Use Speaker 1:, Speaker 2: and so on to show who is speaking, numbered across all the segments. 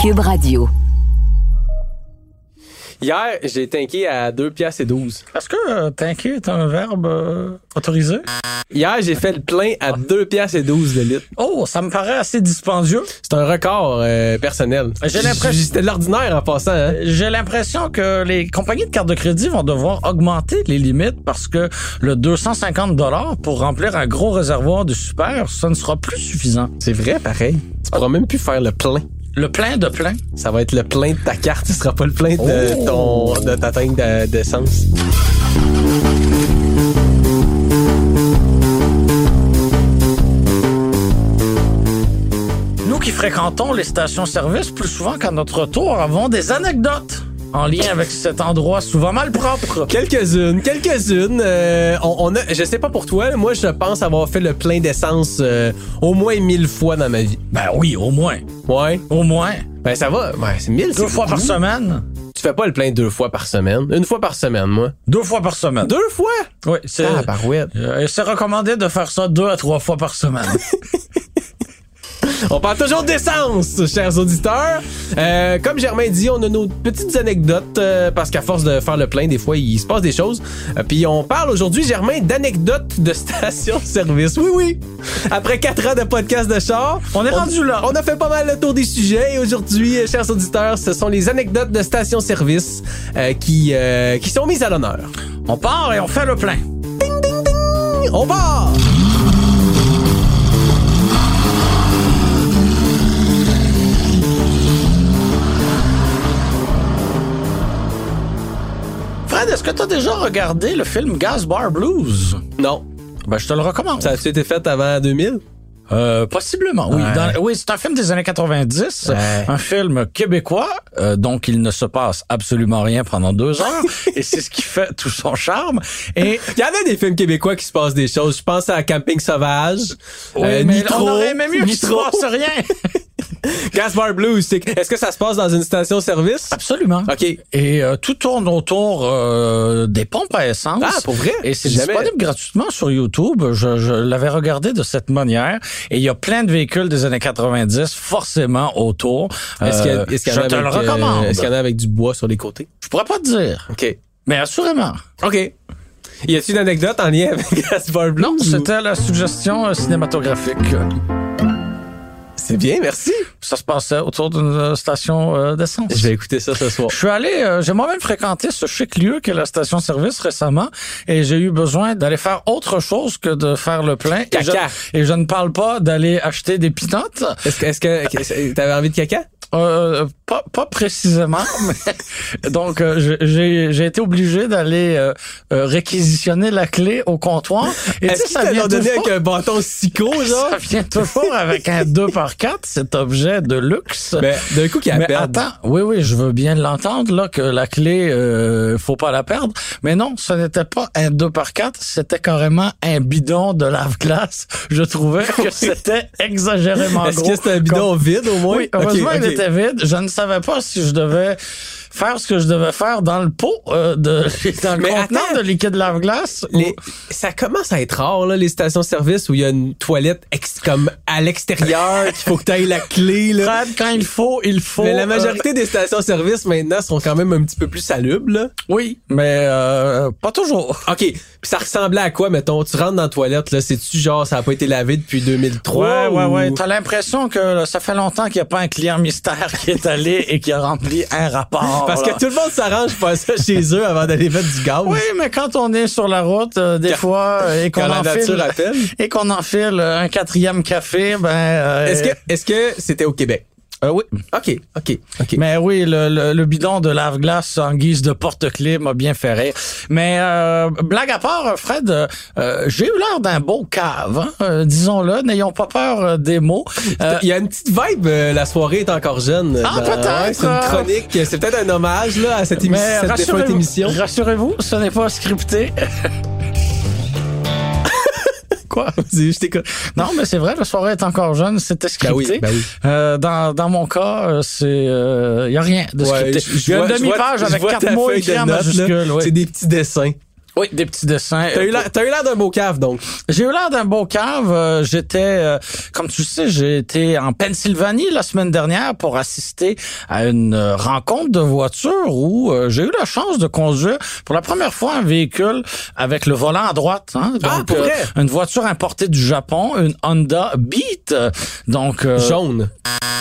Speaker 1: Cube Radio.
Speaker 2: Hier, j'ai tanké à 2 piastres et 12.
Speaker 3: Est-ce que euh, t'inquiète un verbe euh, autorisé?
Speaker 2: Hier, j'ai fait le plein à 2 piastres et 12 de litre.
Speaker 3: Oh, ça me paraît assez dispendieux.
Speaker 2: C'est un record euh, personnel.
Speaker 3: J'ai l'impression-
Speaker 2: J- C'était de l'ordinaire en passant. Hein?
Speaker 3: J'ai l'impression que les compagnies de cartes de crédit vont devoir augmenter les limites parce que le 250 pour remplir un gros réservoir de super, ça ne sera plus suffisant.
Speaker 2: C'est vrai, pareil. Tu pourras même plus faire le plein.
Speaker 3: Le plein de plein.
Speaker 2: Ça va être le plein de ta carte. Ce sera pas le plein de,
Speaker 3: Oh!
Speaker 2: ton, de ta tank de- d'essence.
Speaker 3: Nous qui fréquentons les stations-service plus souvent qu'à notre tour avons des anecdotes en lien avec cet endroit souvent mal propre.
Speaker 2: Quelques-unes, quelques-unes. Euh, on, on a, je sais pas pour toi, moi je pense avoir fait le plein d'essence euh, au moins mille fois dans ma vie.
Speaker 3: Ben oui, au moins.
Speaker 2: Ouais.
Speaker 3: Au moins.
Speaker 2: Ben ça va. Ouais, c'est mille.
Speaker 3: Deux
Speaker 2: c'est
Speaker 3: fois par
Speaker 2: beaucoup.
Speaker 3: semaine.
Speaker 2: Tu fais pas le plein deux fois par semaine. Une fois par semaine, moi.
Speaker 3: Deux fois par semaine.
Speaker 2: Deux fois?
Speaker 3: Oui, c'est...
Speaker 2: Ah, barouette.
Speaker 3: Euh, c'est recommandé de faire ça deux à trois fois par semaine.
Speaker 2: On parle toujours d'essence, chers auditeurs. Euh, comme Germain dit, on a nos petites anecdotes euh, parce qu'à force de faire le plein, des fois, il se passe des choses. Euh, Puis on parle aujourd'hui, Germain, d'anecdotes de stations-service. Oui, oui. Après quatre ans de podcast de char,
Speaker 3: On est rendu là.
Speaker 2: On a fait pas mal le tour des sujets et aujourd'hui, euh, chers auditeurs, ce sont les anecdotes de stations-service euh, qui euh, qui sont mises à l'honneur.
Speaker 3: on part et on fait le plein.
Speaker 2: On part.
Speaker 3: Fred, est-ce que t'as déjà regardé le film Gas Bar Blues?
Speaker 2: Non,
Speaker 3: Ben, je te le recommande.
Speaker 2: ça a-tu été fait avant 2000
Speaker 3: Euh, possiblement, oui.
Speaker 2: Ouais.
Speaker 3: Dans- oui, c'est un film des années 90,
Speaker 2: Ouais.
Speaker 3: un film québécois, euh, donc il ne se passe absolument rien pendant deux heures, et c'est ce qui fait tout son charme. Et
Speaker 2: Il y en a des films québécois qui se passent des choses. Je pense à Camping Sauvage,
Speaker 3: oui,
Speaker 2: euh,
Speaker 3: mais
Speaker 2: Nitro,
Speaker 3: on aurait aimé mieux qu'il se
Speaker 2: Nitro.
Speaker 3: passe rien.
Speaker 2: Gaspar Blues. c'est- Est-ce que ça se passe dans une station-service?
Speaker 3: Absolument.
Speaker 2: OK.
Speaker 3: Et euh, tout tourne autour euh, des pompes à essence.
Speaker 2: Ah, pour vrai?
Speaker 3: Et c'est
Speaker 2: Jamais-
Speaker 3: disponible gratuitement sur YouTube. Je, je l'avais regardé de cette manière. Et il y a plein de véhicules des années 90, forcément, autour.
Speaker 2: Est-ce qu'il y a-
Speaker 3: Euh,
Speaker 2: est-ce qu'il y
Speaker 3: je
Speaker 2: en a
Speaker 3: te le
Speaker 2: avec, euh,
Speaker 3: recommande.
Speaker 2: Est-ce qu'il y en a avec du bois sur les côtés?
Speaker 3: Je pourrais pas te dire,
Speaker 2: OK.
Speaker 3: mais assurément.
Speaker 2: OK. Y a-t-il une anecdote en lien avec Gaspar Blues?
Speaker 3: Non,
Speaker 2: ou-
Speaker 3: c'était la suggestion euh, cinématographique.
Speaker 2: C'est bien, merci.
Speaker 3: Ça se passait autour d'une euh, station euh, d'essence.
Speaker 2: Je vais écouter ça ce soir.
Speaker 3: Je suis allé, euh, j'ai moi-même fréquenté ce chic lieu qu'est la station-service récemment et j'ai eu besoin d'aller faire autre chose que de faire le plein. Et je,
Speaker 2: Caca.
Speaker 3: et je ne parle pas d'aller acheter des pitantes,
Speaker 2: Est-ce que- est-ce que que- t'avais envie de caca?
Speaker 3: euh, pas, pas précisément. mais- donc euh, je- j'ai j'ai été obligé d'aller euh, euh, réquisitionner la clé au comptoir. Et tu sais,
Speaker 2: Est-ce que t'as
Speaker 3: deux
Speaker 2: donné
Speaker 3: fois-
Speaker 2: avec un bâton sicot, genre?
Speaker 3: ça vient toujours avec un 2x4, cet objet de luxe.
Speaker 2: Ben, d'un coup, qui a
Speaker 3: Mais
Speaker 2: perdu.
Speaker 3: attends, oui, oui, je veux bien l'entendre, là, que la clé, euh, faut pas la perdre. Mais non, ce n'était pas un 2 par 4 c'était carrément un bidon de lave-glace. Je trouvais que c'était exagérément
Speaker 2: Est-ce
Speaker 3: gros.
Speaker 2: que c'était un bidon
Speaker 3: Comme-
Speaker 2: vide, au moins?
Speaker 3: Oui, heureusement,
Speaker 2: Ok,
Speaker 3: il
Speaker 2: ok.
Speaker 3: était vide. Je ne savais pas si je devais faire ce que je devais faire dans le pot, euh, de, dans le
Speaker 2: Mais
Speaker 3: contenant
Speaker 2: attends.
Speaker 3: de liquide lave-glace. ou-
Speaker 2: Les- ça commence à être rare, là, les stations-service où il y a une toilette ex- comme à l'extérieur, qu'il faut que tu la clé. Là.
Speaker 3: Fred, quand il faut, il faut.
Speaker 2: Mais la
Speaker 3: euh,
Speaker 2: majorité des stations-service maintenant sont quand même un petit peu plus salubres. là.
Speaker 3: oui, mais euh, pas toujours.
Speaker 2: OK, puis ça ressemblait à quoi, mettons? Tu rentres dans la toilette, là, c'est-tu genre ça a pas été lavé depuis 2003?
Speaker 3: ouais, ouais,
Speaker 2: ou-
Speaker 3: ouais. T'as l'impression que là, ça fait longtemps qu'il n'y a pas un client mystère qui est allé et qui a rempli un rapport.
Speaker 2: Parce
Speaker 3: là.
Speaker 2: que tout le monde s'arrange pour faire ça chez eux avant d'aller mettre du gaz.
Speaker 3: Oui, mais quand on est sur la route, euh, des
Speaker 2: Quand-
Speaker 3: fois, euh, et qu'on
Speaker 2: quand la nature
Speaker 3: enfile,
Speaker 2: appelle.
Speaker 3: et qu'on enfile euh, un quatrième café, ben. euh,
Speaker 2: Est-ce que est-ce que c'était au Québec?
Speaker 3: euh, oui.
Speaker 2: OK, OK, OK.
Speaker 3: Mais oui, le, le- le bidon de lave-glace en guise de porte-clés m'a bien fait rire. Mais euh, blague à part, Fred, euh, euh, j'ai eu l'air d'un beau cave, hein, euh, disons-le. N'ayons pas peur euh, des mots. Euh,
Speaker 2: Il y a une petite vibe, euh, la soirée est encore jeune.
Speaker 3: Ah, peut-être,
Speaker 2: ouais, c'est une
Speaker 3: euh.
Speaker 2: chronique, c'est peut-être un hommage là, à cette, émi-
Speaker 3: mais
Speaker 2: cette défunte
Speaker 3: rassurez-vous,
Speaker 2: émission.
Speaker 3: rassurez-vous, ce n'est pas scripté.
Speaker 2: Quoi? Vas-y, je t'écoute.
Speaker 3: Non, mais c'est vrai, la soirée est encore jeune, c'était
Speaker 2: Ben oui,
Speaker 3: scripté.
Speaker 2: ben oui.
Speaker 3: Euh, dans, dans mon cas, euh, c'est euh, y a rien de
Speaker 2: Ouais,
Speaker 3: scripté.
Speaker 2: je- je
Speaker 3: Il y a
Speaker 2: vois-
Speaker 3: une
Speaker 2: je vois-
Speaker 3: demi-page
Speaker 2: je
Speaker 3: avec
Speaker 2: vois
Speaker 3: quatre
Speaker 2: ta
Speaker 3: mots
Speaker 2: feuille de
Speaker 3: écrits en
Speaker 2: notes, là.
Speaker 3: majuscules. ouais.
Speaker 2: C'est des petits dessins.
Speaker 3: Oui, des petits dessins. euh,
Speaker 2: T'as eu l'air- t'as eu l'air d'un beau cave, donc.
Speaker 3: J'ai eu l'air d'un beau cave. Euh, J'étais, euh, comme tu le sais, j'ai été en Pennsylvanie la semaine dernière pour assister à une euh, rencontre de voitures où euh, j'ai eu la chance de conduire pour la première fois un véhicule avec le volant à droite. hein.
Speaker 2: Ah,
Speaker 3: Donc,
Speaker 2: pour vrai?
Speaker 3: une voiture importée du Japon, une Honda Beat. Euh, Donc, euh,
Speaker 2: Jaune.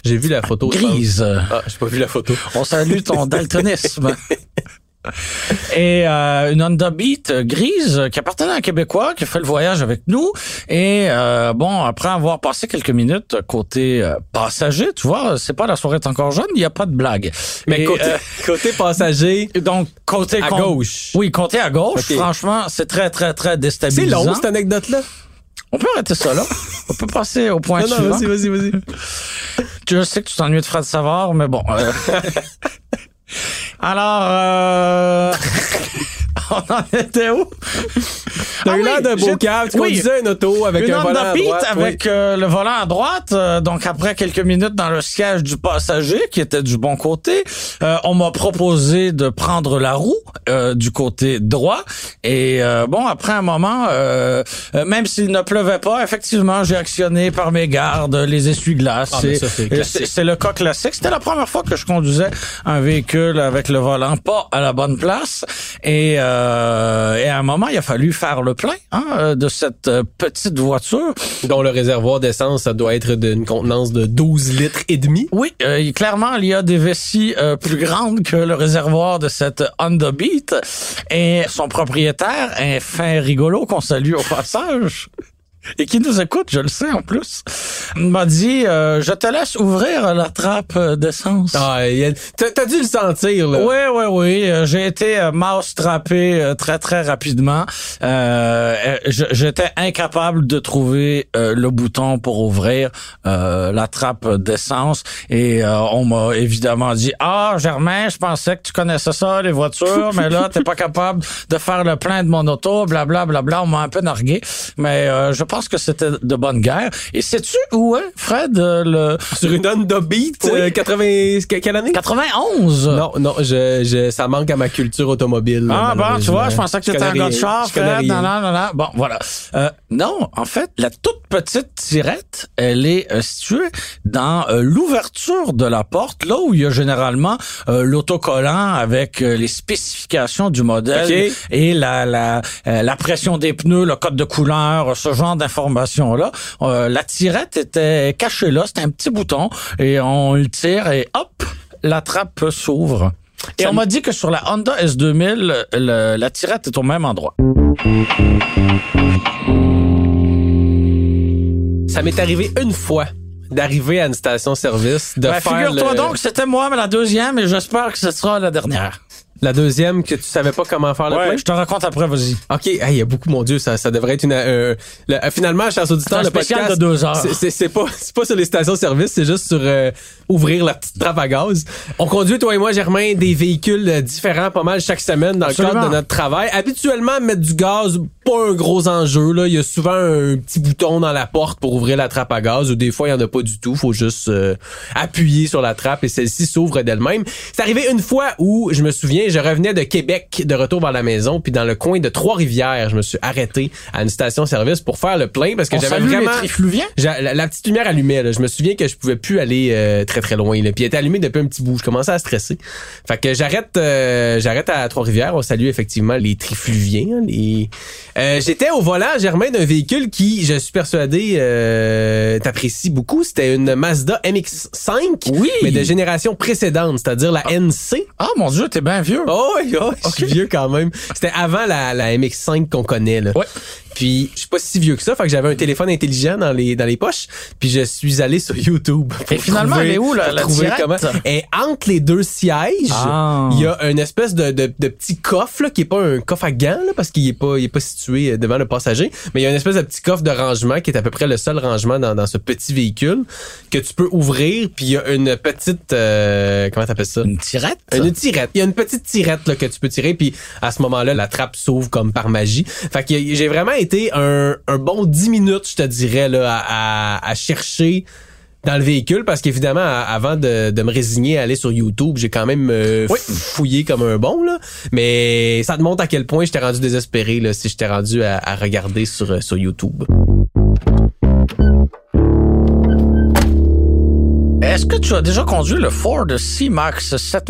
Speaker 2: J'ai vu la photo. je pense.
Speaker 3: grise.
Speaker 2: Ah, j'ai pas vu la photo.
Speaker 3: On salue ton daltonisme. Et euh, une Honda Beat euh, grise euh, qui appartenait à un Québécois qui a fait le voyage avec nous. Et euh, bon, après avoir passé quelques minutes euh, côté euh, passager, tu vois, c'est pas la soirée est encore jeune, il n'y a pas de blague.
Speaker 2: Mais
Speaker 3: Et,
Speaker 2: côté,
Speaker 3: euh,
Speaker 2: côté passager,
Speaker 3: donc côté
Speaker 2: à
Speaker 3: con-
Speaker 2: gauche.
Speaker 3: Oui, côté à gauche.
Speaker 2: Ok.
Speaker 3: Franchement, c'est très très très
Speaker 2: C'est
Speaker 3: déstabilisant.
Speaker 2: long, cette anecdote-là.
Speaker 3: On peut arrêter ça là. On peut passer au point
Speaker 2: Non, non,
Speaker 3: suivant.
Speaker 2: vas-y, vas-y, vas-y.
Speaker 3: Je sais que tu t'ennuies de Fred Savard, mais bon. euh. Alors, euh... on en était où?
Speaker 2: T'as
Speaker 3: Ah
Speaker 2: eu
Speaker 3: oui,
Speaker 2: l'air d'un beau
Speaker 3: j'ai-
Speaker 2: cave. Tu
Speaker 3: oui.
Speaker 2: conduisais une auto avec
Speaker 3: Une
Speaker 2: un volant
Speaker 3: Honda
Speaker 2: à
Speaker 3: Beat
Speaker 2: droite. oui.
Speaker 3: avec euh, le volant à droite. euh, donc, après quelques minutes dans le siège du passager, qui était du bon côté, euh, on m'a proposé de prendre la roue euh, du côté droit. Et euh, bon, après un moment, euh, euh, même s'il ne pleuvait pas, effectivement, j'ai actionné par mes gardes les essuie-glaces.
Speaker 2: Ah, mais
Speaker 3: Et-
Speaker 2: ça, c'est
Speaker 3: et
Speaker 2: classique.
Speaker 3: c'est- c'est le cas classique. C'était la première fois que je conduisais un véhicule avec le volant pas à la bonne place. Et, euh, et à un moment, il a fallu faire le plein hein, euh, de cette euh, petite voiture.
Speaker 2: Dont le réservoir d'essence, ça doit être d'une contenance de 12 litres et demi.
Speaker 3: Oui, euh, il- clairement, il y a des vessies euh, plus grandes que le réservoir de cette Honda Beat. Et son propriétaire, un fin rigolo qu'on salue au passage. Et qui nous écoute, je le sais en plus, m'a dit euh, Je te laisse ouvrir la trappe euh, d'essence.
Speaker 2: Ah, il y a- t'as t'as dû le sentir, là.
Speaker 3: Oui, oui, oui. Euh, J'ai été euh, mousetrappé euh, très, très rapidement. Euh, euh, je- J'étais incapable de trouver euh, le bouton pour ouvrir euh, la trappe d'essence. Et euh, on m'a évidemment dit, « Ah, Germain, je pensais que tu connaissais ça, les voitures, mais là, t'es pas capable de faire le plein de mon auto, blablabla. Bla, bla. On m'a un peu nargué. Mais euh, je pense que c'était de bonne guerre. Et sais-tu où est, Fred, euh, le
Speaker 2: Sur une Honda Beat,
Speaker 3: Oui.
Speaker 2: euh, 80... que- Quelle année?
Speaker 3: 91?
Speaker 2: Ah. Non, non, je, je, ça manque à ma culture automobile.
Speaker 3: Ah bon, tu
Speaker 2: malheureusement.
Speaker 3: vois, je pensais que tu étais un
Speaker 2: connais
Speaker 3: gars de
Speaker 2: rien.
Speaker 3: char,
Speaker 2: Je connais
Speaker 3: Fred.
Speaker 2: rien.
Speaker 3: Non, non, non, non. Bon, voilà. Euh, non, en fait, la toute petite tirette, elle est euh, située dans euh, l'ouverture de la porte, là où il y a généralement euh, l'autocollant avec euh, les spécifications du modèle
Speaker 2: Ok.
Speaker 3: et la, la, euh, la pression des pneus, le code de couleur, ce genre d'informations-là. Euh, la tirette était cachée là, c'était un petit bouton, et on le tire et hop, la trappe s'ouvre. Et
Speaker 2: Ça
Speaker 3: on m'a dit que sur la Honda S2000, le- la tirette est au même endroit.
Speaker 2: Ça m'est arrivé une fois d'arriver à une station-service, de
Speaker 3: Ben,
Speaker 2: faire
Speaker 3: figure-toi
Speaker 2: le-
Speaker 3: donc, c'était moi mais la deuxième et j'espère que ce sera la dernière.
Speaker 2: la deuxième que tu savais pas comment faire le
Speaker 3: Ouais,
Speaker 2: plein.
Speaker 3: je te raconte après, vas-y.
Speaker 2: Ok, hey, il y a beaucoup, mon Dieu, ça, ça devrait être une. euh, le- finalement, chers auditeurs,
Speaker 3: C'est un
Speaker 2: le
Speaker 3: spécial
Speaker 2: podcast,
Speaker 3: de deux heures.
Speaker 2: c'est- C'est c'est pas, c'est pas sur les stations-service, c'est juste sur euh, ouvrir la petite trappe à gaz. On conduit, toi et moi, Germain, des véhicules euh, différents pas mal chaque semaine dans le
Speaker 3: Absolument.
Speaker 2: cadre de notre travail. Habituellement, mettre du gaz, pas un gros enjeu. Là. Il y a souvent un petit bouton dans la porte pour ouvrir la trappe à gaz, ou des fois, il y en a pas du tout. faut juste euh, appuyer sur la trappe et celle-ci s'ouvre d'elle-même. C'est arrivé une fois où, je me souviens, je revenais de Québec de retour vers la maison, puis dans le coin de Trois-Rivières, je me suis arrêté à une station-service pour faire le plein parce que
Speaker 3: On
Speaker 2: j'avais
Speaker 3: salue
Speaker 2: vraiment...
Speaker 3: les trifluviens.
Speaker 2: J'a- La, la petite lumière allumée, là. je me souviens que je pouvais plus aller euh, très très loin. Là. Puis elle était allumée depuis un petit bout. Je commençais à stresser. Fait que j'arrête, euh, j'arrête à Trois-Rivières. On salue effectivement les trifluviens. hein, les- Euh, j'étais au volant, Germain, d'un véhicule qui, je suis persuadé, euh, t'apprécies beaucoup. C'était une Mazda MX-5,
Speaker 3: Oui.
Speaker 2: mais de génération précédente, c'est-à-dire la NC.
Speaker 3: Ah mon Dieu, t'es bien vieux.
Speaker 2: Oh, oui, oh, je suis vieux quand même. C'était avant la, la MX5 qu'on connaît. Là.
Speaker 3: Ouais.
Speaker 2: Puis je suis pas si vieux que ça, fait que j'avais un téléphone intelligent dans les dans les poches, puis je suis allé sur YouTube. Pour
Speaker 3: Et finalement,
Speaker 2: trouver,
Speaker 3: elle est où, la-
Speaker 2: pour
Speaker 3: la
Speaker 2: trouver
Speaker 3: tirette?
Speaker 2: comment. Et entre les deux sièges,
Speaker 3: Ah.
Speaker 2: il y a une espèce de, de, de petit coffre là, qui est pas un coffre à gants là, parce qu'il est pas il est pas situé euh, devant le passager, mais il y a une espèce de petit coffre de rangement qui est à peu près le seul rangement dans, dans ce petit véhicule que tu peux ouvrir, puis il y a une petite euh, comment t'appelles ça
Speaker 3: Une tirette.
Speaker 2: une tirette. Il y a une petite tirette là, que tu peux tirer, puis à ce moment-là, la trappe s'ouvre comme par magie. Fait que j'ai vraiment été un, un bon 10 minutes, je te dirais, là, à, à- à chercher dans le véhicule parce qu'évidemment, à- avant de, de me résigner à aller sur YouTube, j'ai quand même euh,
Speaker 3: Oui.
Speaker 2: fouillé comme un bon. Là. Mais ça te montre à quel point j'étais rendu désespéré là, si j'étais rendu à, à regarder sur, euh, sur YouTube.
Speaker 3: Est-ce que tu as déjà conduit le Ford C-Max, cette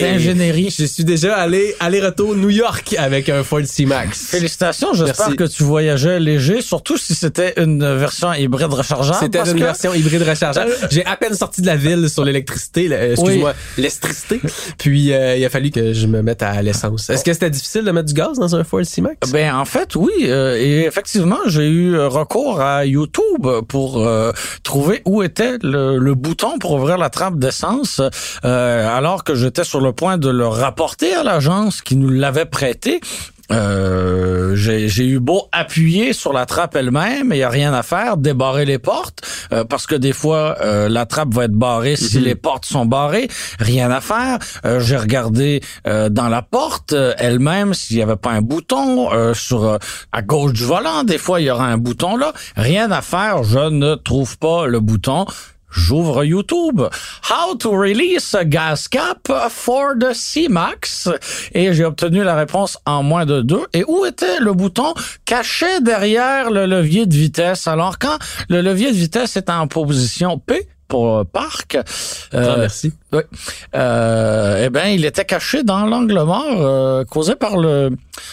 Speaker 2: Ouais.
Speaker 3: d'ingénierie?
Speaker 2: Je suis déjà allé aller-retour New York avec un Ford C-Max.
Speaker 3: Félicitations, j'espère
Speaker 2: Merci.
Speaker 3: que tu voyageais léger, surtout si c'était une version hybride rechargeable.
Speaker 2: C'était
Speaker 3: Hein, parce
Speaker 2: une
Speaker 3: que- Euh.
Speaker 2: version hybride rechargeable. J'ai à peine sorti de la ville sur l'électricité, là, euh, excuse-moi, l'estricité. Puis euh, il a fallu que je me mette à l'essence. Est-ce que c'était difficile de mettre du gaz dans un Ford C-Max?
Speaker 3: Ben en fait oui euh, et effectivement j'ai eu euh, recours à YouTube pour euh, trouver où était le, le bouton pour ouvrir la trappe d'essence euh, alors que j'étais sur le point de le rapporter à l'agence qui nous l'avait prêté. Euh, j'ai j'ai eu beau appuyer sur la trappe elle-même, il y a rien à faire, débarrer les portes euh, parce que des fois euh, la trappe va être barrée si
Speaker 2: Mhm.
Speaker 3: les portes sont barrées, rien à faire. Euh, j'ai regardé euh, dans la porte euh, elle-même s'il n'y avait pas un bouton euh, sur euh, à gauche du volant. Des fois, il y aura un bouton là. Rien à faire. Je ne trouve pas le bouton. J'ouvre YouTube. How to release a gas cap for the C-Max. Et j'ai obtenu la réponse en moins de deux. Et où était le bouton caché derrière le levier de vitesse? Alors quand le levier de vitesse est en position P pour euh, parc,
Speaker 2: Ah,
Speaker 3: euh,
Speaker 2: merci.
Speaker 3: oui. Euh, eh bien, il était caché dans l'angle mort euh, causé par le,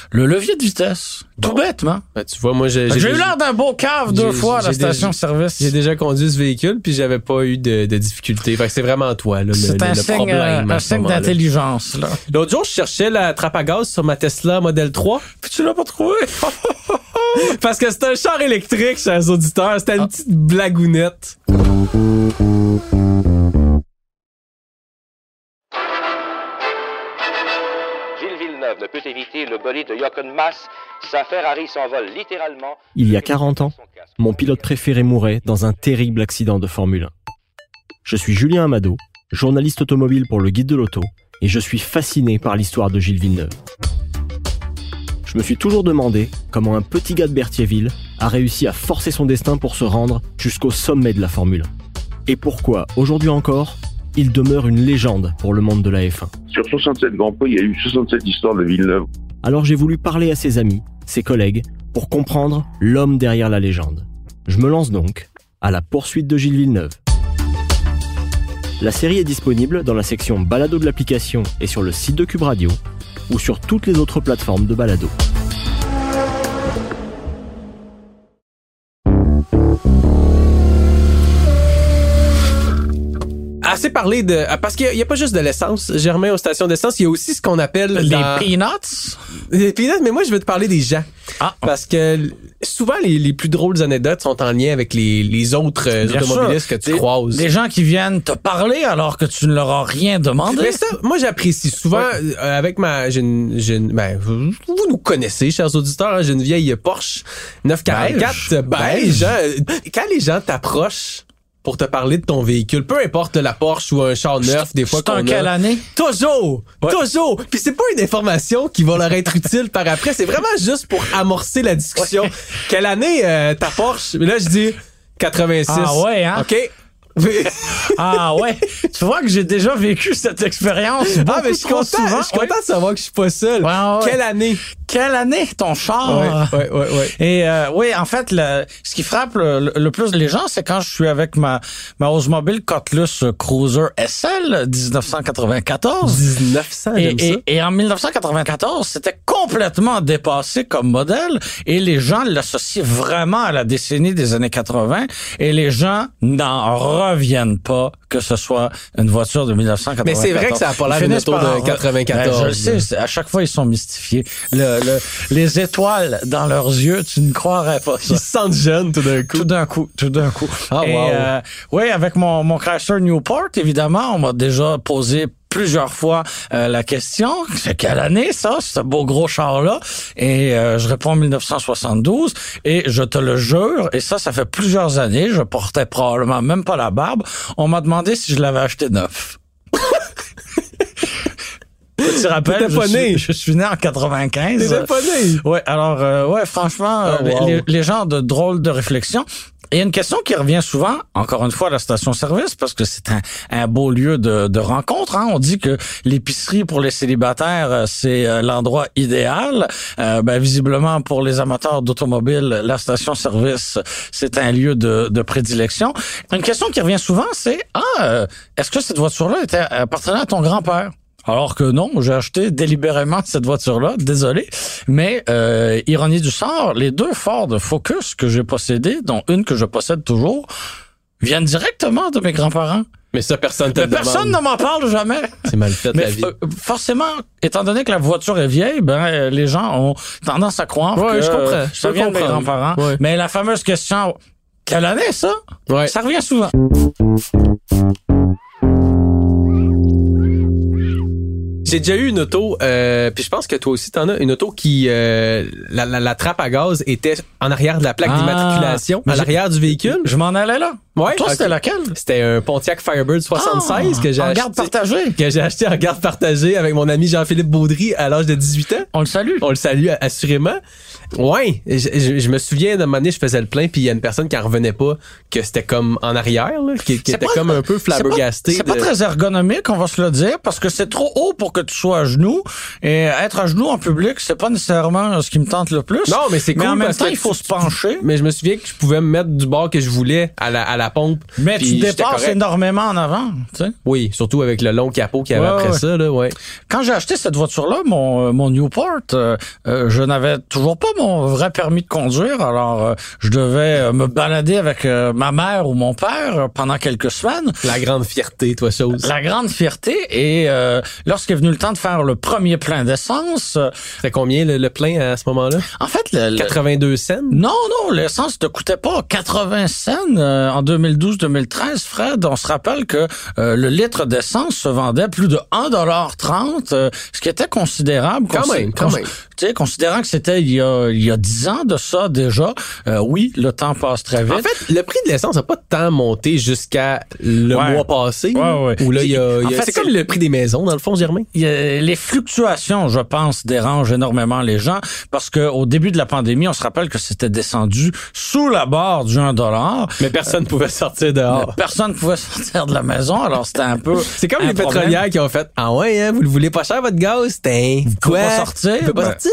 Speaker 3: le levier de vitesse. Tout bêtement.
Speaker 2: Ben, tu vois, moi, j'ai, j'ai
Speaker 3: J'ai eu
Speaker 2: déjà-
Speaker 3: l'air d'un beau cave
Speaker 2: j'ai-
Speaker 3: deux fois à la
Speaker 2: j'ai déjà-
Speaker 3: station-service.
Speaker 2: j'ai déjà conduit ce véhicule, puis j'avais pas eu de, de difficultés. Fait que c'est vraiment toi, là, le,
Speaker 3: C'est
Speaker 2: le-
Speaker 3: un
Speaker 2: le
Speaker 3: signe, euh,
Speaker 2: problème. à
Speaker 3: un
Speaker 2: ce
Speaker 3: signe
Speaker 2: moment-là.
Speaker 3: d'intelligence. là.
Speaker 2: L'autre jour, je cherchais la trappe à gaz sur ma Tesla Model 3
Speaker 3: Puis tu l'as pas trouvé.
Speaker 2: parce que c'était un char électrique, chers auditeurs. C'était une
Speaker 3: Ah.
Speaker 2: petite blagounette.
Speaker 1: Gilles Villeneuve ne peut éviter le bolide de Jochen Mass. Sa Ferrari s'envole littéralement.
Speaker 4: Il y a 40 ans, mon pilote préféré mourait dans un terrible accident de Formule 1. Je suis Julien Amado, journaliste automobile pour le Guide de l'Auto, et je suis fasciné par l'histoire de Gilles Villeneuve. Je me suis toujours demandé comment un petit gars de Berthierville a réussi à forcer son destin pour se rendre jusqu'au sommet de la Formule 1. Et pourquoi, aujourd'hui encore, il demeure une légende pour le monde de la F1.
Speaker 5: Sur 67 Grands Prix, il y a eu 67 histoires de Villeneuve.
Speaker 4: Alors j'ai voulu parler à ses amis, ses collègues, pour comprendre l'homme derrière la légende. Je me lance donc à la poursuite de Gilles Villeneuve. La série est disponible dans la section balado de l'application et sur le site de Cube Radio ou sur toutes les autres plateformes de balado.
Speaker 2: Assez parlé de. ah, Parce qu'il n'y a, pas juste de l'essence, Germain, aux stations d'essence. Il y a aussi ce qu'on appelle.
Speaker 3: Les
Speaker 2: dans-
Speaker 3: peanuts.
Speaker 2: les peanuts, mais moi, je veux te parler des gens.
Speaker 3: Ah.
Speaker 2: Parce que l- souvent, les, les plus drôles anecdotes sont en lien avec les, les autres euh,
Speaker 3: Bien
Speaker 2: automobilistes que tu
Speaker 3: Des-
Speaker 2: croises.
Speaker 3: Des gens qui viennent te parler alors que tu ne leur as rien demandé.
Speaker 2: Mais ça, moi j'apprécie souvent euh, avec ma j'ai une, j'ai une- ben, vous vous nous connaissez chers auditeurs, hein, j'ai une vieille Porsche 944 beige.
Speaker 3: Beige.
Speaker 2: hein. quand les gens t'approchent pour te parler de ton véhicule, peu importe la Porsche ou un char neuf des fois
Speaker 3: C'est
Speaker 2: qu'on
Speaker 3: en
Speaker 2: a.
Speaker 3: quelle année?
Speaker 2: Toujours, toujours. Puis c'est pas une information qui va leur être utile par après. C'est vraiment juste pour amorcer la discussion. Quelle année euh, ta Porsche Mais là je dis 86.
Speaker 3: Ah ouais, hein?
Speaker 2: Ok.
Speaker 3: Ah ouais. tu vois que j'ai déjà vécu cette expérience.
Speaker 2: Ah, mais je
Speaker 3: beaucoup
Speaker 2: suis
Speaker 3: trop
Speaker 2: content,
Speaker 3: souvent.
Speaker 2: je suis content
Speaker 3: Ouais.
Speaker 2: de savoir que je suis pas seul.
Speaker 3: Ouais, ouais, ouais.
Speaker 2: Quelle année?
Speaker 3: Quelle année ton char?
Speaker 2: Ouais, ouais, ouais, ouais.
Speaker 3: Et euh, oui, en fait, le- ce qui frappe le, le plus les gens, c'est quand je suis avec ma, ma Oldsmobile Cutlass Cruiser SL 1994.
Speaker 2: 1900,
Speaker 3: Et,
Speaker 2: j'aime ça.
Speaker 3: et- et en 1994, c'était complètement dépassé comme modèle et les gens l'associent vraiment à la décennie des années 80 et les gens n'en reviennent pas que ce soit une voiture de 1994.
Speaker 2: Mais c'est vrai que ça a pas l'air
Speaker 3: Ils
Speaker 2: d'une
Speaker 3: finissent
Speaker 2: auto
Speaker 3: par
Speaker 2: de
Speaker 3: en-
Speaker 2: 94.
Speaker 3: Ben, je le sais, c'est- à chaque fois ils sont mystifiés. Le- le- les étoiles dans leurs yeux, tu ne croirais pas ça.
Speaker 2: Ils se sentent jeunes tout d'un coup.
Speaker 3: Tout d'un coup, tout d'un coup.
Speaker 2: Ah,
Speaker 3: Et,
Speaker 2: wow.
Speaker 3: euh, oui, avec mon, mon Chrysler Newport, évidemment, on m'a déjà posé plusieurs fois euh, la question, c'est quelle année ça, ce beau gros char-là? Et euh, je réponds 1972, et je te le jure, et ça, ça fait plusieurs années, je portais probablement même pas la barbe, on m'a demandé si je l'avais acheté neuf. Petit rappel,
Speaker 2: T'étais
Speaker 3: je
Speaker 2: pas né.
Speaker 3: suis, je suis né en 95.
Speaker 2: T'étais pas né.
Speaker 3: Ouais, alors euh, ouais, franchement,
Speaker 2: Ah,
Speaker 3: euh,
Speaker 2: wow.
Speaker 3: les, les gens ont de drôles de réflexions. Il y a une question qui revient souvent, encore une fois, à la station-service, parce que c'est un, un beau lieu de, de rencontre. hein. On dit que l'épicerie pour les célibataires, euh, c'est euh, l'endroit idéal. Euh, ben, visiblement, pour les amateurs d'automobile, la station-service, c'est un lieu de, de prédilection. Une question qui revient souvent, c'est « Ah, euh, est-ce que cette voiture-là était appartenait à ton grand-père? » Alors que non, j'ai acheté délibérément cette voiture-là, désolé. Mais euh, ironie du sort, les deux Ford Focus que j'ai possédés, dont une que je possède toujours, viennent directement de mes grands-parents.
Speaker 2: Mais ça, personne te
Speaker 3: Mais
Speaker 2: le demande.
Speaker 3: personne ne m'en parle jamais.
Speaker 2: C'est mal fait, la
Speaker 3: Mais
Speaker 2: vie.
Speaker 3: euh, forcément, étant donné que la voiture est vieille, ben euh, les gens ont tendance à croire
Speaker 2: Ouais,
Speaker 3: que
Speaker 2: je comprends,
Speaker 3: euh,
Speaker 2: je
Speaker 3: ça
Speaker 2: peux
Speaker 3: vient de mes
Speaker 2: comprendre.
Speaker 3: grands-parents.
Speaker 2: Ouais.
Speaker 3: Mais la fameuse question quelle année ça
Speaker 2: Ouais.
Speaker 3: Ça revient souvent.
Speaker 2: J'ai déjà eu une auto, euh, puis je pense que toi aussi t'en as, une auto qui, euh, la, la- la trappe à gaz était en arrière de la plaque
Speaker 3: Ah.
Speaker 2: d'immatriculation,
Speaker 3: Mais
Speaker 2: à
Speaker 3: j'ai-
Speaker 2: l'arrière du véhicule.
Speaker 3: Je m'en allais là.
Speaker 2: Ouais,
Speaker 3: Toi,
Speaker 2: ok.
Speaker 3: c'était laquelle
Speaker 2: C'était un Pontiac Firebird 76
Speaker 3: Ah,
Speaker 2: que j'ai
Speaker 3: en
Speaker 2: acheté.
Speaker 3: garde partagée.
Speaker 2: que j'ai acheté en garde partagée avec mon ami Jean-Philippe Baudry à l'âge de 18 ans.
Speaker 3: On le salue.
Speaker 2: On le salue a- assurément. Ouais, je, je- je me souviens d'un moment donné, je faisais le plein, puis il y a une personne qui en revenait pas, que c'était comme en arrière, là, qui, qui
Speaker 3: C'est
Speaker 2: était
Speaker 3: pas-
Speaker 2: comme un peu
Speaker 3: C'est pas-
Speaker 2: flabbergastée.
Speaker 3: C'est pas,
Speaker 2: de-
Speaker 3: très ergonomique, on va se le dire, parce que c'est trop haut pour que tu sois à genoux. Et être à genoux en public, c'est pas nécessairement ce qui me tente le plus.
Speaker 2: Non, mais c'est
Speaker 3: mais
Speaker 2: cool
Speaker 3: en même
Speaker 2: parce
Speaker 3: temps,
Speaker 2: que
Speaker 3: il faut
Speaker 2: tu-
Speaker 3: se pencher.
Speaker 2: Mais je me souviens que je pouvais me mettre du bord que je voulais à la, à la pompe.
Speaker 3: Mais
Speaker 2: puis
Speaker 3: tu
Speaker 2: j'étais
Speaker 3: dépasses
Speaker 2: correct.
Speaker 3: énormément en avant. tu sais.
Speaker 2: Oui, surtout avec le long capot qu'il y avait
Speaker 3: Ouais,
Speaker 2: après
Speaker 3: ouais.
Speaker 2: ça, là, ouais.
Speaker 3: Quand j'ai acheté cette voiture-là, mon, euh, mon Newport, euh, euh, je n'avais toujours pas mon vrai permis de conduire. Alors, euh, je devais euh, me balader avec euh, ma mère ou mon père euh, pendant quelques semaines.
Speaker 2: La grande fierté, toi, chose.
Speaker 3: La grande fierté, et euh, lorsqu'est venu le temps de faire le premier plein d'essence, euh,
Speaker 2: C'était combien le, le plein à ce moment-là?
Speaker 3: en fait, le, le-
Speaker 2: 82 cents?
Speaker 3: Non, non, l'essence ne coûtait pas 80 cents euh, en 2012-2013, Fred. On se rappelle que euh, le litre d'essence se vendait plus de 1,30 euh, ce qui était considérable.
Speaker 2: Quand
Speaker 3: Consi-
Speaker 2: même, quand
Speaker 3: cons-
Speaker 2: même.
Speaker 3: Tu sais, considérant que c'était il y a il y a 10 ans de ça déjà, euh, oui, le temps passe très vite.
Speaker 2: En fait, le prix de l'essence n'a pas tant monté jusqu'à le
Speaker 3: Ouais.
Speaker 2: mois passé.
Speaker 3: Ouais,
Speaker 2: là,
Speaker 3: ouais.
Speaker 2: Où là, il y a- il y
Speaker 3: En
Speaker 2: a-
Speaker 3: fait,
Speaker 2: c'est
Speaker 3: c'est-
Speaker 2: comme le prix des maisons, dans le fond, Germain.
Speaker 3: Il y a- les fluctuations, je pense, dérangent énormément les gens parce que au début de la pandémie, on se rappelle que c'était descendu sous la barre du 1 dollar.
Speaker 2: Mais personne ne pouvait sortir
Speaker 3: Mais
Speaker 2: dehors.
Speaker 3: Personne pouvait sortir de la maison, alors c'était un peu.
Speaker 2: C'est comme
Speaker 3: un
Speaker 2: les
Speaker 3: problème.
Speaker 2: pétrolières qui ont fait Ah ouais, hein, vous le voulez pas cher, votre gaz? T'es. Quoi?
Speaker 3: pas sortir,
Speaker 2: Vous pouvez pas
Speaker 3: ben-
Speaker 2: sortir?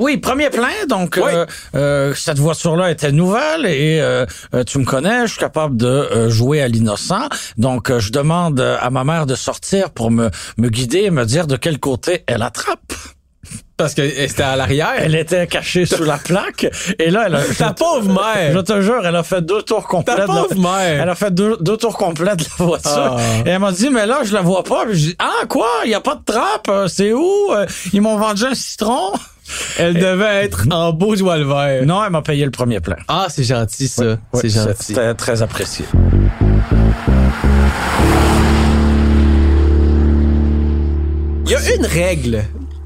Speaker 3: Oui, premier plein. Donc,
Speaker 2: Oui.
Speaker 3: euh, euh, cette voiture-là était nouvelle et euh, euh, tu me connais, je suis capable de euh, jouer à l'innocent. Donc, euh, je demande euh, à ma mère de sortir pour me, me guider et me dire de quel côté elle attrape.
Speaker 2: Parce que euh, c'était à l'arrière.
Speaker 3: Elle était cachée sous la plaque et là, elle a,
Speaker 2: Ta pauvre
Speaker 3: je
Speaker 2: mère!
Speaker 3: te jure, elle a fait deux tours complets.
Speaker 2: Ta
Speaker 3: de la-
Speaker 2: pauvre mère!
Speaker 3: Elle a fait deux, deux tours complets de la voiture.
Speaker 2: Ah.
Speaker 3: Et elle m'a dit, mais là, je la vois pas. Puis je dis, ah, quoi? Il n'y a pas de trappe? Euh, C'est où? Euh, Ils m'ont vendu un citron?
Speaker 2: Elle devait être en beau joie le vert.
Speaker 3: Non, elle m'a payé le premier plein.
Speaker 2: Mm-hmm. Ah, c'est gentil ça. c'est
Speaker 3: Oui,
Speaker 2: gentil.
Speaker 3: C'était très apprécié.
Speaker 2: Il y a une règle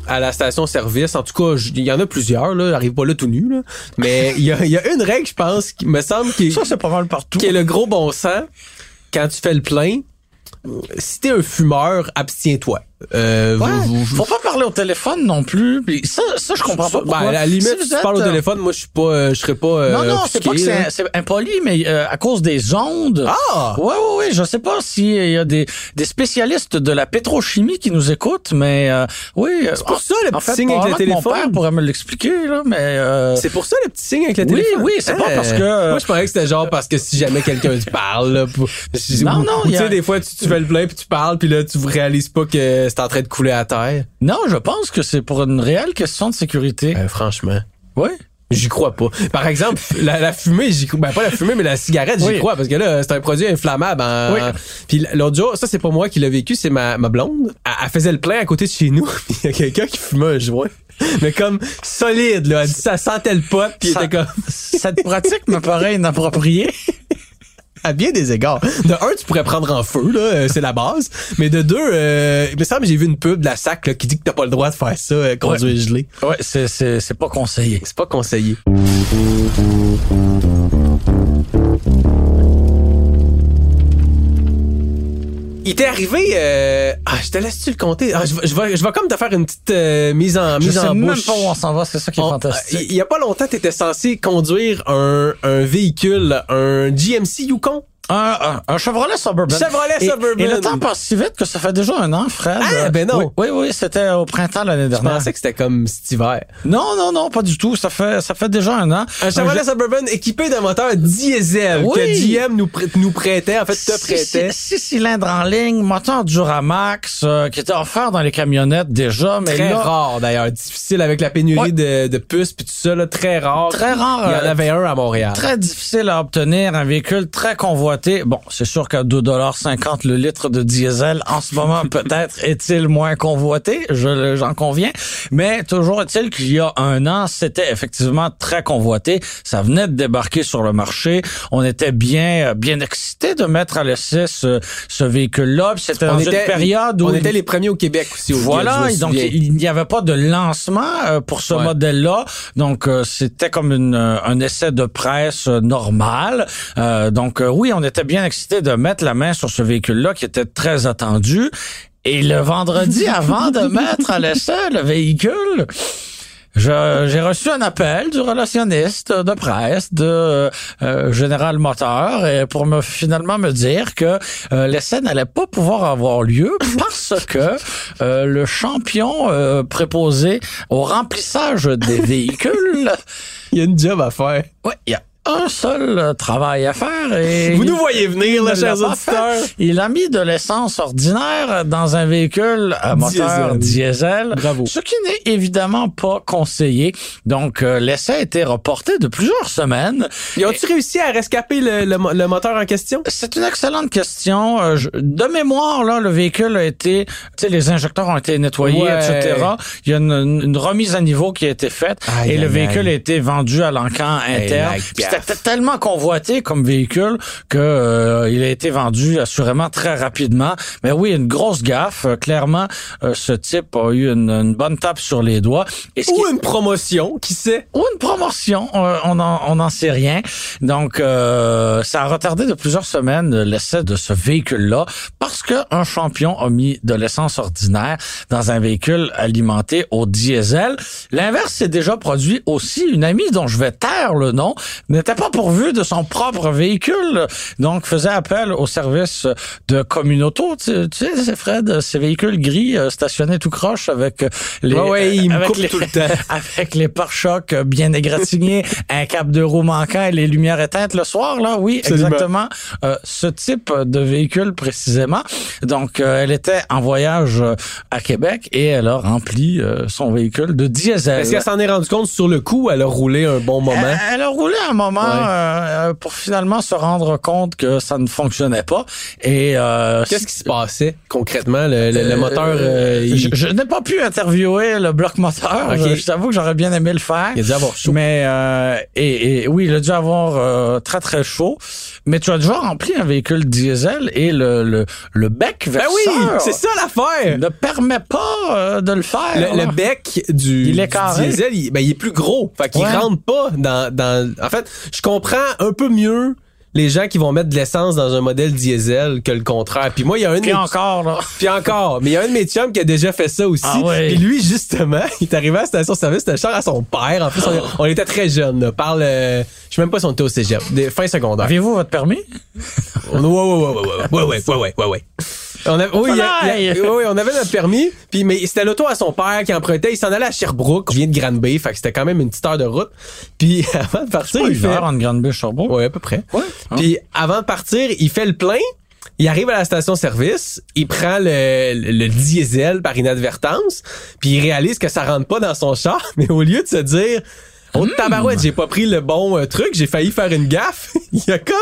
Speaker 2: à la station-service, en tout cas, je- il y en a plusieurs, là, j'arrive pas là tout nu, là. mais il y a, il y a une règle, je pense, qui me semble qui,
Speaker 3: Ça, c'est pas mal partout.
Speaker 2: qui est le gros bon sens quand tu fais le plein. Si t'es un fumeur, abstiens-toi. Euh,
Speaker 3: Ouais.
Speaker 2: vous- vous-
Speaker 3: Faut pas parler au téléphone non plus. Puis ça, ça je comprends pas.
Speaker 2: Ben,
Speaker 3: Pourquoi.
Speaker 2: à la
Speaker 3: Si
Speaker 2: limite,
Speaker 3: vous
Speaker 2: si tu
Speaker 3: êtes,
Speaker 2: parles au
Speaker 3: euh,
Speaker 2: téléphone, moi, je suis pas, euh, je serais pas. euh,
Speaker 3: Non, non, c'est pas que
Speaker 2: offusqué, là.
Speaker 3: c'est c'est impoli, mais euh, à cause des ondes.
Speaker 2: Ah!
Speaker 3: Ouais, ouais, ouais. Je sais pas s'il y a des, des spécialistes de la pétrochimie qui nous écoutent, mais euh, oui. euh,
Speaker 2: C'est pour ça, le
Speaker 3: en
Speaker 2: petit
Speaker 3: fait,
Speaker 2: signe avec le
Speaker 3: probablement que Mon père
Speaker 2: téléphone.
Speaker 3: pourrait me l'expliquer, là, mais. euh,
Speaker 2: C'est pour ça le petit signe avec le
Speaker 3: Oui,
Speaker 2: téléphone. Ah.
Speaker 3: oui, c'est pas parce que- euh,
Speaker 2: Moi, je pensais que c'était genre parce que si jamais quelqu'un te parle, là, pour- si-
Speaker 3: Non,
Speaker 2: ou-
Speaker 3: non,
Speaker 2: ou
Speaker 3: il y
Speaker 2: tu
Speaker 3: a-
Speaker 2: sais, des fois, tu, tu fais le plein puis tu parles puis là, tu réalises pas que c'est en train de couler à terre.
Speaker 3: Non, je pense que c'est pour une réelle question de sécurité.
Speaker 2: Ben, franchement.
Speaker 3: Oui.
Speaker 2: J'y crois pas. Par exemple, la, la fumée, j'y crois. Ben, pas la fumée, mais la cigarette, j'y
Speaker 3: Oui.
Speaker 2: crois. Parce que là, c'est un produit inflammable. en-
Speaker 3: Oui.
Speaker 2: Puis l'autre jour, ça, c'est pas moi qui l'ai vécu, c'est ma, ma blonde. Elle, elle faisait le plein à côté de chez nous. puis Il y a quelqu'un qui fumait un joint. Mais comme solide, là. Elle dit, ça sentait le pot. Puis il
Speaker 3: Ça-
Speaker 2: était comme...
Speaker 3: Cette pratique me paraît inappropriée.
Speaker 2: à bien des égards. De un, tu pourrais prendre en feu, là, euh, c'est la base. Mais de deux, euh, il me semble que j'ai vu une pub de la SAC là, qui dit que t'as pas le droit de faire ça, euh, conduire gelé.
Speaker 3: Ouais, c'est, c'est, c'est pas conseillé.
Speaker 2: C'est pas conseillé. il t'est arrivé. euh, Ah, je te laisse-tu le compter? Ah, je, vais- je vais, je vais comme te faire une petite euh, mise en,
Speaker 3: Je
Speaker 2: mise
Speaker 3: sais
Speaker 2: en
Speaker 3: même
Speaker 2: bouche.
Speaker 3: pas où on s'en va, c'est ça qui est
Speaker 2: On- euh,
Speaker 3: fantastique.
Speaker 2: Il y a pas longtemps, tu étais censé conduire un, un véhicule, un GMC Yukon.
Speaker 3: euh, Un, un, un Chevrolet Suburban.
Speaker 2: Chevrolet
Speaker 3: Et-
Speaker 2: Suburban.
Speaker 3: Et le temps passe si vite que ça fait déjà un an, Fred.
Speaker 2: Ah, ben non.
Speaker 3: Oui, oui, oui, c'était au printemps l'année
Speaker 2: Je
Speaker 3: dernière.
Speaker 2: pensais que c'était comme cet hiver.
Speaker 3: Non, non, non, pas du tout. Ça fait, ça fait déjà un an.
Speaker 2: Un Chevrolet Suburban équipé d'un moteur diesel
Speaker 3: Oui.
Speaker 2: que GM nous, prê- nous prêtait, en fait, te
Speaker 3: Six-
Speaker 2: prêtait.
Speaker 3: Six, six cylindres en ligne, moteur Duramax, euh, qui était offert dans les camionnettes déjà, mais
Speaker 2: Très
Speaker 3: là,
Speaker 2: rare d'ailleurs, difficile avec la pénurie
Speaker 3: Ouais.
Speaker 2: de, de puces puis tout ça, là, très rare.
Speaker 3: Très rare,
Speaker 2: Il y en
Speaker 3: euh,
Speaker 2: avait un à Montréal.
Speaker 3: très difficile à obtenir, un véhicule très convoité. Bon, c'est sûr qu'à 2,50 le litre de diesel, en ce moment, peut-être est-il moins convoité, je le- j'en conviens. Mais toujours est-il qu'il y a un an, c'était effectivement très convoité. Ça venait de débarquer sur le marché. On était bien, euh, bien excités de mettre à l'essai ce, ce véhicule-là. Puis C'était dans une période où...
Speaker 2: on était les premiers au Québec aussi. au
Speaker 3: Voilà,
Speaker 2: Guild, je me
Speaker 3: donc
Speaker 2: souviens.
Speaker 3: il n'y avait pas de lancement euh, pour ce
Speaker 2: Ouais.
Speaker 3: modèle-là, donc euh, c'était comme une, euh, un essai de presse euh, normal. Euh, donc euh, oui, on était bien excités de mettre la main sur ce véhicule-là qui était très attendu. Et le vendredi, avant de mettre à l'essai le véhicule, je- j'ai reçu un appel du relationniste de presse de euh, General Motor et pour me finalement me dire que euh, l'essai n'allait pas pouvoir avoir lieu parce que euh, le champion euh, préposé au remplissage des véhicules,
Speaker 2: il y a une job à faire.
Speaker 3: ouais, il y a un seul euh, travail à faire et
Speaker 2: Vous nous voyez venir, là,
Speaker 3: il l'a
Speaker 2: chers
Speaker 3: pas fait.
Speaker 2: auditeurs.
Speaker 3: Il a mis de l'essence ordinaire dans un véhicule à moteur
Speaker 2: Diesel.
Speaker 3: diesel.
Speaker 2: Bravo.
Speaker 3: Ce qui n'est évidemment pas conseillé. Donc, euh, l'essai a été reporté de plusieurs semaines.
Speaker 2: Ils ont-tu réussi à rescaper le, le mo- le moteur en question?
Speaker 3: C'est une excellente question. Euh, je- de mémoire, là, le véhicule a été, tu sais, les injecteurs ont été nettoyés,
Speaker 2: Ouais.
Speaker 3: etc. Il y a une, une remise à niveau qui a été faite
Speaker 2: Aïe,
Speaker 3: et le
Speaker 2: aïe,
Speaker 3: véhicule
Speaker 2: aïe.
Speaker 3: a été vendu à l'encan interne.
Speaker 2: la
Speaker 3: Puis
Speaker 2: gaffe.
Speaker 3: C'était tellement convoité comme véhicule que euh, il a été vendu assurément très rapidement. Mais oui, une grosse gaffe. Euh, clairement, euh, ce type a eu une, une bonne tape sur les doigts. Et ce qui
Speaker 2: Ou une promotion, qui sait?
Speaker 3: ou une promotion, euh, on n'en on en sait rien. Donc, euh, ça a retardé de plusieurs semaines euh, l'essai de ce véhicule-là parce qu'un champion a mis de l'essence ordinaire dans un véhicule alimenté au diesel. L'inverse s'est déjà produit aussi. Une amie dont je vais taire le nom n'était pas pourvue de son propre véhicule, donc faisait appel au service de Communauto. Tu, sais- tu sais, Fred, ces véhicules gris euh, stationnés tout croche avec euh, les...
Speaker 2: Ouais, ouais, il me
Speaker 3: avec
Speaker 2: coupe
Speaker 3: les-
Speaker 2: tout le temps.
Speaker 3: avec les pare-chocs euh, bien égratignés, un cap de roue manquant et les lumières éteintes le soir, là, oui,
Speaker 2: Absolument.
Speaker 3: exactement. euh, ce type de véhicule précisément. Donc, euh, elle était en voyage euh, à Québec et elle a rempli euh, son véhicule de diesel.
Speaker 2: Est-ce qu'elle s'en est rendue compte sur le coup? Elle a roulé un bon moment.
Speaker 3: Elle, elle a roulé un moment
Speaker 2: Ouais.
Speaker 3: euh, euh, pour finalement se rendre compte que ça ne fonctionnait pas. Et euh,
Speaker 2: Qu'est-ce qui se passait concrètement? Le, le- le
Speaker 3: Euh,
Speaker 2: moteur, euh,
Speaker 3: je,
Speaker 2: il,
Speaker 3: je n'ai pas pu interviewer le bloc moteur.
Speaker 2: Ok.
Speaker 3: Je, je t'avoue que j'aurais bien aimé le faire.
Speaker 2: il a dû avoir chaud.
Speaker 3: Mais euh, et, et oui, il a dû avoir euh, très très chaud. Mais tu as déjà rempli un véhicule diesel et le le, le bec
Speaker 2: Ben
Speaker 3: verseur
Speaker 2: oui, c'est ça l'affaire! Ah.
Speaker 3: ne permet pas euh, de le faire.
Speaker 2: Le, le bec du,
Speaker 3: Il est
Speaker 2: du
Speaker 3: carré.
Speaker 2: diesel, il, ben, il est plus gros. Fait qu'il
Speaker 3: Ouais.
Speaker 2: rentre pas dans, dans... En fait, je comprends un peu mieux les gens qui vont mettre de l'essence dans un modèle diesel que le contraire. Puis moi, il y a un... de
Speaker 3: Puis
Speaker 2: mes-
Speaker 3: encore là.
Speaker 2: Puis encore, mais il y a un de mes chums qui a déjà fait ça aussi.
Speaker 3: Ah ouais.
Speaker 2: Puis lui, justement, il est arrivé à la station-service, c'était cher à son père. En plus, on, on était très jeunes. là. Parle, euh, je sais même pas si on était au cégep, des, fin secondaire.
Speaker 3: Avez-vous votre permis
Speaker 2: On- ouais, ouais, ouais, ouais, ouais, ouais, ouais, ouais, ouais, ouais. On avait, oui, il y a- il y a-
Speaker 3: Falaille!
Speaker 2: oui, oui, on avait notre permis, puis mais c'était l'auto à son père qui empruntait. Il s'en allait à Sherbrooke, je viens de Granby, fait que c'était quand même une petite heure de route. Puis avant de partir, il
Speaker 3: Une
Speaker 2: fait,
Speaker 3: heure en grande bûche sur
Speaker 2: ouais, à peu près.
Speaker 3: Ouais.
Speaker 2: Puis avant de partir, il fait le plein. Il arrive à la station-service, il prend le, le diesel par inadvertance, puis il réalise que ça rentre pas dans son char, mais au lieu de se dire Oh
Speaker 3: Hmm.
Speaker 2: tabarouette, j'ai pas pris le bon euh, truc, j'ai failli faire une gaffe. Il a comme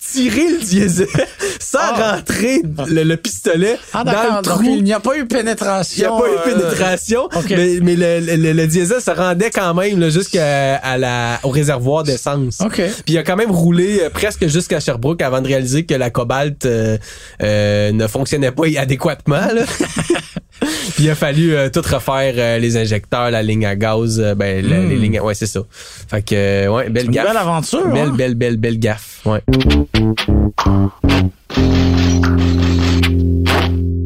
Speaker 2: tiré le diesel sans
Speaker 3: Ah.
Speaker 2: rentrer le, le pistolet
Speaker 3: Ah
Speaker 2: dans le
Speaker 3: d'accord. Donc
Speaker 2: trou.
Speaker 3: il n'y a pas eu pénétration.
Speaker 2: Il n'y a pas eu
Speaker 3: euh,
Speaker 2: pénétration,
Speaker 3: ok.
Speaker 2: mais, mais le, le- le- le diesel se rendait quand même là, jusqu'à à la- au réservoir d'essence.
Speaker 3: Ok.
Speaker 2: Puis il a quand même roulé euh, presque jusqu'à Sherbrooke avant de réaliser que la cobalt euh, euh, ne fonctionnait pas adéquatement. là. Puis il a fallu euh, tout refaire euh, les injecteurs, la ligne à gaz, euh, ben la-
Speaker 3: Hmm.
Speaker 2: les lignes, à- ouais c'est ça. Fait que euh, ouais, belle
Speaker 3: Une
Speaker 2: gaffe.
Speaker 3: belle aventure.
Speaker 2: Belle,
Speaker 3: hein?
Speaker 2: belle, belle, belle gaffe. Ouais.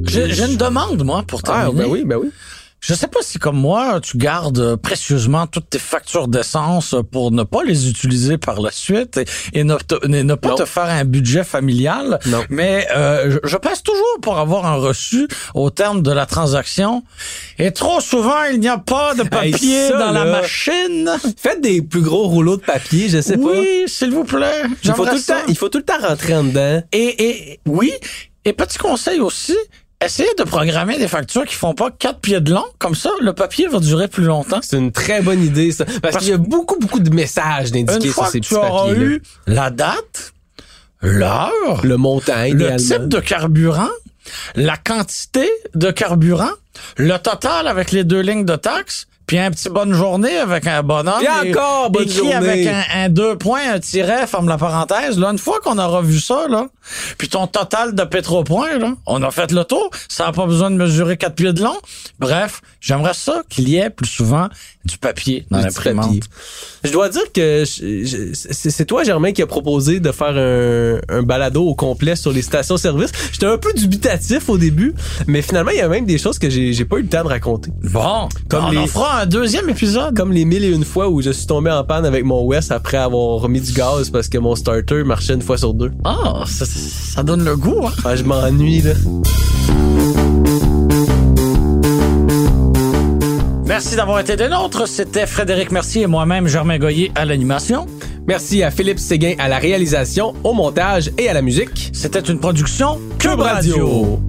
Speaker 3: J'ai j'ai une demande, moi, pour terminer.
Speaker 2: Ah, ben oui, ben oui.
Speaker 3: Je sais pas si, comme moi, tu gardes euh, précieusement toutes tes factures d'essence euh, pour ne pas les utiliser par la suite et, et ne, te- et ne pas
Speaker 2: Non.
Speaker 3: te faire un budget familial.
Speaker 2: Non.
Speaker 3: Mais euh, je, je passe toujours pour avoir un reçu au terme de la transaction. Et trop souvent, il n'y a pas de papier
Speaker 2: ça,
Speaker 3: dans la
Speaker 2: là.
Speaker 3: machine.
Speaker 2: Faites des plus gros rouleaux de papier, je sais pas.
Speaker 3: Oui, s'il vous plaît.
Speaker 2: Il faut,
Speaker 3: J'aimerais
Speaker 2: tout le
Speaker 3: ça.
Speaker 2: temps, il faut tout le temps rentrer en dedans.
Speaker 3: Et, et oui, et petit conseil aussi, essayez de programmer des factures qui font pas quatre pieds de long, comme ça le papier va durer plus longtemps.
Speaker 2: C'est une très bonne idée, ça. Parce, qu'il y a beaucoup, beaucoup de messages
Speaker 3: Une
Speaker 2: d'indiquer sur
Speaker 3: fois que
Speaker 2: ces petits
Speaker 3: tu auras
Speaker 2: papiers-là.
Speaker 3: eu la date, l'heure,
Speaker 2: Le montant,
Speaker 3: le
Speaker 2: idéalement.
Speaker 3: type de carburant, la quantité de carburant, le total avec les deux lignes de taxes, puis un petit bonne journée avec un bonhomme.
Speaker 2: Puis encore bonne
Speaker 3: écrit
Speaker 2: journée.
Speaker 3: avec un, un deux points, un tiret, ferme la parenthèse. Là, une fois qu'on aura vu ça, là, puis ton total de pétropoints, là, on a fait le tour. Ça n'a pas besoin de mesurer quatre pieds de long. Bref, j'aimerais ça qu'il y ait plus souvent du papier dans
Speaker 2: Du petit
Speaker 3: l'imprimante.
Speaker 2: papier. Je dois dire que je- je- c'est c'est toi, Germain, qui a proposé de faire un, un balado au complet sur les stations-service. J'étais un peu dubitatif au début, mais finalement, il y a même des choses que j'ai j'ai pas eu le temps de raconter.
Speaker 3: Bon,
Speaker 2: Comme
Speaker 3: on en
Speaker 2: les-
Speaker 3: fera un deuxième épisode.
Speaker 2: Comme les mille et une fois où je suis tombé en panne avec mon West après avoir remis du gaz parce que mon starter marchait une fois sur deux.
Speaker 3: Ah, ça, ça donne le goût, hein?
Speaker 2: Ah, je m'ennuie, là.
Speaker 3: Merci d'avoir été des nôtres. C'était Frédéric Mercier et moi-même, Germain Goyer, à l'animation.
Speaker 2: Merci à Philippe Séguin à la réalisation, au montage et à la musique.
Speaker 3: C'était une production
Speaker 2: Cube Radio.